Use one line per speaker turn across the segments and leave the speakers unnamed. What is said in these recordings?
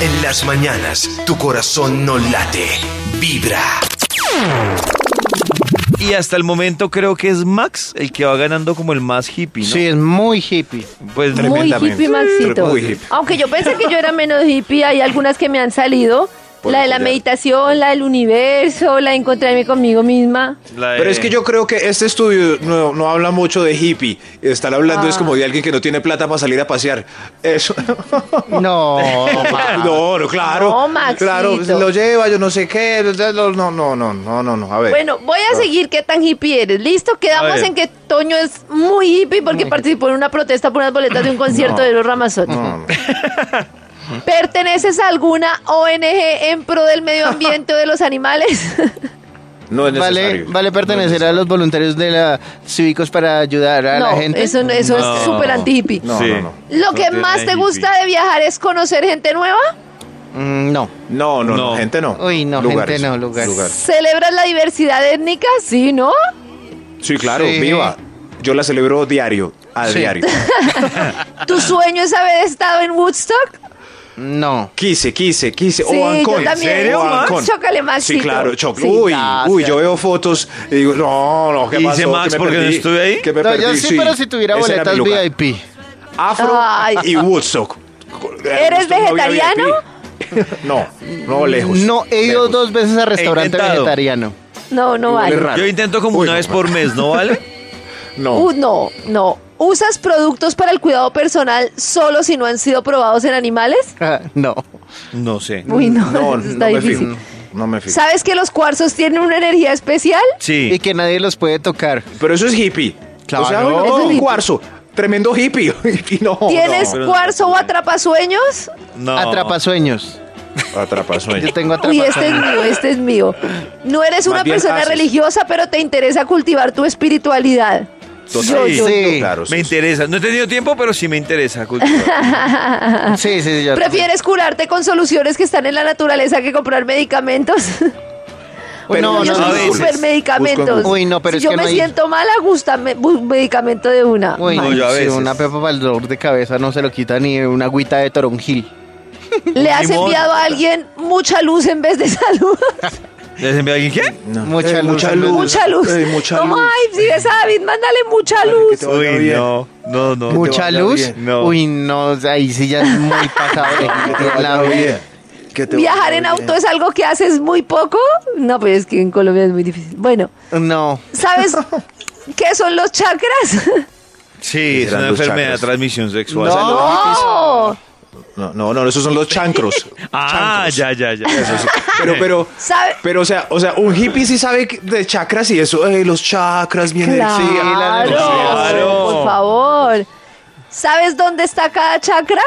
En las mañanas, tu corazón no late, vibra.
Y hasta el momento creo que es Max el que va ganando como el más hippie, ¿no?
Sí, es muy hippie.
Pues
Muy hippie, Maxito.
Muy hippie.
Aunque yo pensé que yo era menos hippie, hay algunas que me han salido.
Por
la de la
apoyar.
meditación, la del universo, la de encontrarme conmigo misma.
La de-
Pero es que yo creo que este estudio no, no habla mucho de hippie. Estar hablando
Ah.
es como de alguien que no tiene plata para salir a pasear. Eso.
No, Max.
No, no, claro.
No, Maxito.
Claro, lo lleva, yo no sé qué. No, no, no, no, no, no. A ver.
Bueno, voy a seguir qué tan hippie eres. Listo,
A
quedamos
ver.
en que Toño es muy hippie porque participó en una protesta por unas boletas de un concierto de los Ramazotti.
No, no.
¿Perteneces a alguna ONG en pro del medio ambiente o de los animales?
No es
Vale,
necesario.
vale pertenecer a los voluntarios de la cívicos para ayudar a la
no,
gente.
eso, eso
No.
es súper anti hippie.
No,
Sí.
no, no.
¿Lo que
No
más
tiene
te
hippie.
gusta de viajar es conocer gente nueva?
Mm, no.
No, no, no,
No.
gente no.
Uy, no,
Lugares.
gente no, lugares.
¿Celebras la diversidad étnica? Sí, ¿no?
Sí, claro,
Sí.
viva. Yo la celebro diario, a
Sí.
diario.
¿Tu sueño es haber estado en Woodstock?
No.
Quise, quise, quise.
Sí,
o Ancón.
yo también.
¿En serio,
Sí,
Ancón?
chócale,
Sí,
Maxito.
claro, chócale.
Sí,
uy,
gracias.
uy, yo veo fotos y digo, no, no, ¿qué
Dice
pasó? ¿Qué
Max,
me
porque no
perdí?
estuve ahí.
¿Qué me
No,
perdí?
yo sí, pero si tuviera
ese era
boletas
mi lugar.
VIP.
Afro
Ay.
y Woodstock.
¿Eres
No había
vegetariano?
VIP. No, no, lejos.
Mm, No, he ido
lejos.
dos veces a restaurante
intentado.
vegetariano.
No, no
Igual es
vale.
raro.
Yo intento como
Uy,
una
no,
vez
no.
por mes, ¿no vale?
No.
Uh, no, no. ¿Usas productos para el cuidado personal solo si no han sido probados en animales?
Ah, no.
No sé.
Uy, no,
Mm, no,
eso
no
está
me
difícil.
fijo. No me fijo.
¿Sabes que los cuarzos tienen una energía especial?
Y
Sí.
que nadie los puede tocar.
Pero eso es hippie.
Claro.
O sea, uy,
Eso
es
un
hippie.
cuarzo. Tremendo hippie. Y no,
¿Tienes
pero no
cuarzo o
está bien.
atrapasueños?
No.
Atrapasueños.
no. Atrapasueño.
Yo tengo
Uy, este es
atrapasueños.
mío, este es mío. No eres una
Más bien
persona
haces.
religiosa, pero te interesa cultivar tu espiritualidad.
Total.
Yo, yo,
Sí.
Claro,
Me
sí, sí.
interesa. No he tenido tiempo, pero sí me interesa. cultura.
Sí, sí, sí. yo-
¿Prefieres curarte con soluciones que están en la naturaleza que comprar medicamentos?
Uy, no,
Yo
no,
soy
a
no.
veces.
súper medicamentos.
Busco- Uy, no, pero
si
es
yo
que no
me
hay-
siento mal, gusta me, bu- medicamento de una.
Uy,
No,
no,
yo a
sí,
veces.
una pepa para el dolor de cabeza no se lo quita ni una agüita de toronjil.
¿Le has
limón.
enviado a alguien mucha luz en vez de salud?
¿Les envió alguien qué?
No.
Mucha
Eh,
luz, luz.
mucha luz.
Eh, mucha
Como,
luz.
ay, si ves a David, mándale mucha luz.
te vaya
Uy,
bien.
no. No, no.
Mucha
vaya
luz.
bien.
No.
Uy, no, ahí sí ya es muy pasado. de- de la vida.
Que te
Viajar
vaya
en
bien.
auto es algo que haces muy poco. No, pues es que en Colombia es muy difícil. Bueno,
No.
¿sabes qué son los chakras?
Sí, es
Serán
una
los
enfermedad de
chakras.
transmisión sexual.
¡No!
No, no, no, esos son los chancros.
Ah,
Chancros.
ya, ya, ya.
Pero, pero,
¿Sabe?
pero, o sea, o sea, un hippie sí sabe que- de chakras y eso, eh, los chakras vienen.
Claro,
sí, la-
claro.
por favor. ¿Sabes dónde está cada chakra?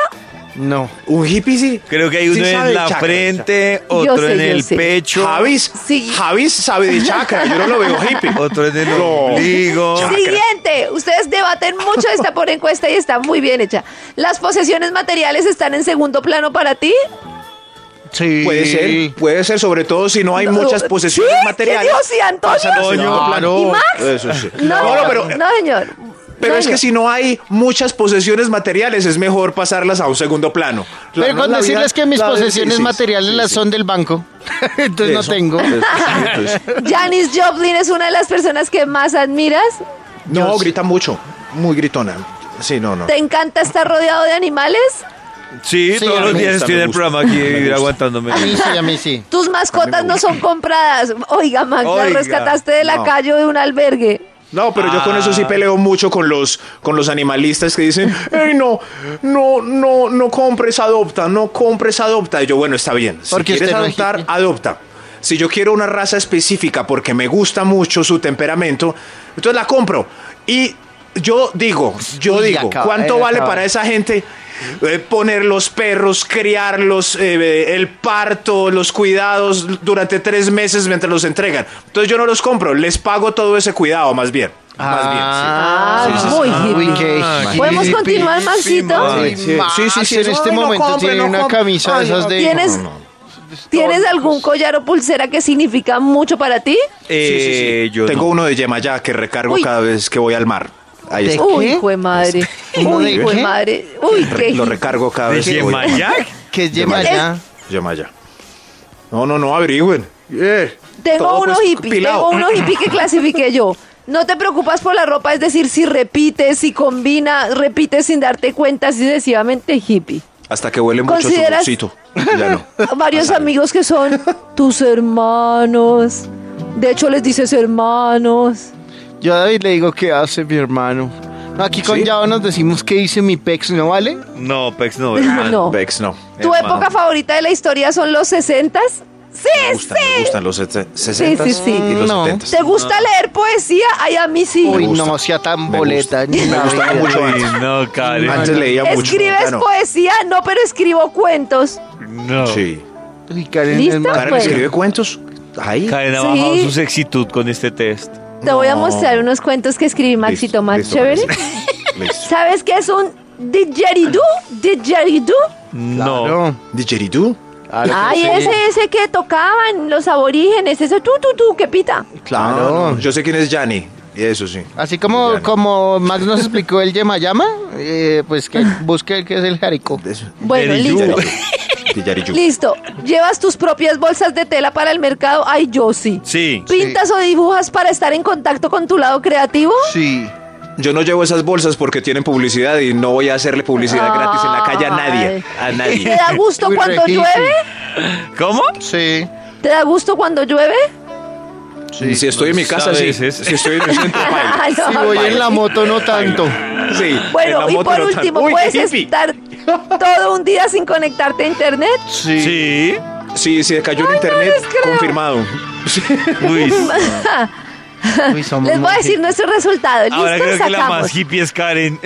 No.
Un hippie sí.
Creo que hay uno
sí sabe
en
de
la
chakras.
frente,
Yo
otro
sé,
en
yo
el
sé.
pecho,
Javis,
Sí.
Javis sabe de chakras, yo no lo veo hippie.
otro en el
No.
ombligo.
Chakras.
Siguiente. Ustedes debaten mucho esta por encuesta y está muy bien hecha. ¿Las posesiones materiales están en segundo plano para ti?
Sí.
Puede ser, puede ser, sobre todo si no hay
No,
muchas
no.
posesiones
¿Sí? ¿Qué
materiales.
dijo? ¿Sí, Antonio?
Pasan a segundo plano.
¿Y Max?
Eso sí.
No,
No, no,
señor.
pero,
no, señor.
pero
No,
es
señor.
que si no hay muchas posesiones materiales, es mejor pasarlas a un segundo plano. La-
Pero
no,
con
la
decirles
vida-
que mis
la- sí,
posesiones
sí, sí,
materiales
sí,
las
sí.
son del banco. Entonces
Eso.
no tengo.
Eso, sí, entonces-
Janis Joplin es una de las personas que más admiras.
No, grita mucho. Muy gritona. Sí, no, no.
¿Te encanta estar rodeado de animales?
Sí,
Sí,
todos
a
los
mí
días
me gusta,
estoy en
me
el
gusta.
programa aquí
Me
ir
gusta.
aguantándome.
A mí sí, a mí sí.
Tus mascotas no son compradas. Oiga, Max, las
Oiga,
rescataste de la
no.
calle o de un albergue.
No, pero yo con eso
Ah.
sí peleo mucho con los, con los animalistas que dicen, hey, no, no, no, no compres, adopta, no compres, adopta. Y yo, bueno, está bien. Si
Porque
quieres
usted no es
adoptar,
hippie.
adopta. Si yo quiero una raza específica porque me gusta mucho su temperamento, entonces la compro. Y yo digo, yo
Uy,
digo,
acaba-
¿cuánto
eh,
vale
acaba-
para esa gente eh, poner los perros, criarlos, eh, el parto, los cuidados durante tres meses mientras los entregan? Entonces yo no los compro, les pago todo ese cuidado, más bien. Más bien, sí.
Ah,
sí, sí, sí.
muy
Ah,
hippie.
uy, qué hippie.
¿Podemos continuar, Maxito?
Ay,
Sí, sí, sí, sí,
en
sí.
este
Ay, no
momento
compre,
tiene
no
una
compre.
camisa de
Ay,
esas
no,
de...
¿Tienes, ¿Tienes algún collar o pulsera que significa mucho para ti?
Sí, sí, sí.
Eh, yo
Tengo
no.
uno de Yemayá que recargo
Uy.
cada vez que voy al mar. Ahí
¿De
está.
qué?
Uy, hijo de madre.
¿Uno
Uy,
de
hijo de
qué?
madre. Uy,
Re-
qué
Lo
hippie.
recargo cada
¿De
vez que voy.
Yemayak?
que es
Yemaya.
Yemaya.
Yamaya. No, no, no, averigüen. Eh,
Tengo
todo,
uno
pues,
hippie,
pilado.
tengo uno hippie que clasifiqué yo. No te preocupas por la ropa, es decir, si repites, si combina, repites sin darte cuenta, es excesivamente hippie.
Hasta que huele mucho su
¿Consideras-
bolsito. Ya no.
Varios amigos que son tus hermanos. De hecho, les dices hermanos.
Yo a David le digo, ¿qué hace mi hermano? No, aquí con
¿Sí?
Yao nos decimos qué hice mi pex, ¿no vale?
No, Pex no, hermano.
Ah, No.
Vex, no. Eh,
¿Tu
hermano.
época favorita de la historia son los 60s? Sí,
Me gustan, me
Este. sí.
gustan los sete- 60
Sí, sí, sí.
y los
No.
70
¿Te gusta leer poesía? Ay, a mí sí.
Uy,
gusta.
no sea tan
Me
boleta.
gusta.
ni
Me
nada.
gustaba mucho
Uy,
antes.
no, Karen.
Antes leía mucho.
¿Escribes
ya no.
poesía? No, pero escribo cuentos.
No.
Sí.
Uy, Karen,
¿Listo?
es más-
Karen
Bueno.
escribe cuentos. Ahí.
Karen ha
Sí.
bajado su sexitud con este test.
Te voy a
No.
mostrar unos cuentos que escribí Maxito
Listo,
más
listo,
chévere.
listo, listo.
¿Sabes qué es un didgeridoo? ¿Didgeridoo?
No.
Claro,
¿Didgeridoo?
claro que
Ay,
sí.
ese, ese que tocaban los aborígenes, ese tú, tú, tú, que pita.
Claro.
Ah, no, Yo sé quién es Yanni. Eso sí.
Así como,
Yanni.
como Max nos explicó el Yemayama, eh, pues que busque el que es el Jarico.
Eso.
Bueno,
Didgeridoo.
listo.
Didgeridoo.
Listo. ¿Llevas tus propias bolsas de tela para el mercado? Ay, yo sí.
Sí.
¿Pintas o dibujas para estar en contacto con tu lado creativo?
Sí.
Yo no llevo esas bolsas porque tienen publicidad y no voy a hacerle publicidad
Ay.
gratis en la calle a nadie. A
¿Te
nadie.
da gusto
Uy,
cuando
rejísimo.
llueve?
¿Cómo?
Sí.
¿Te da gusto cuando llueve?
si estoy en mi casa,
A
sí.
veces.
Si estoy en mi centro, baila.
Ay, no.
Si voy en la moto, no tanto.
Sí. en
Bueno,
la
y
moto
por
no tan-
último,
Uy, qué
¿puedes
hippie.
estar todo un día sin conectarte a internet?
Sí.
Sí.
Sí, se cayó
Ay,
el
no
internet.
les creo.
confirmado.
Uy.
Uy, somos
Les voy a
muy
decir nuestro resultado.
Ahora
Listo,
creo que la
sacamos.
más hippie es Karen.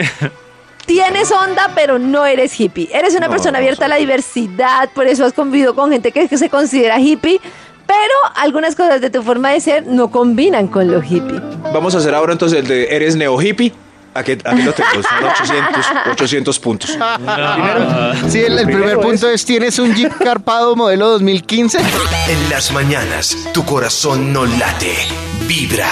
Tienes onda, pero no eres hippie. Eres una
No,
persona
no
abierta a la
soy.
diversidad, por eso has convivido con gente que, que se considera hippie, pero algunas cosas de tu forma de ser no combinan con lo hippie.
Vamos a hacer ahora entonces el de ¿Eres neo hippie? Aquí, aquí lo tengo, son 800, 800 puntos.
Sí, el, el primer punto es, ¿tienes un Jeep Carpado modelo 2015?
En las mañanas, tu corazón no late, vibra.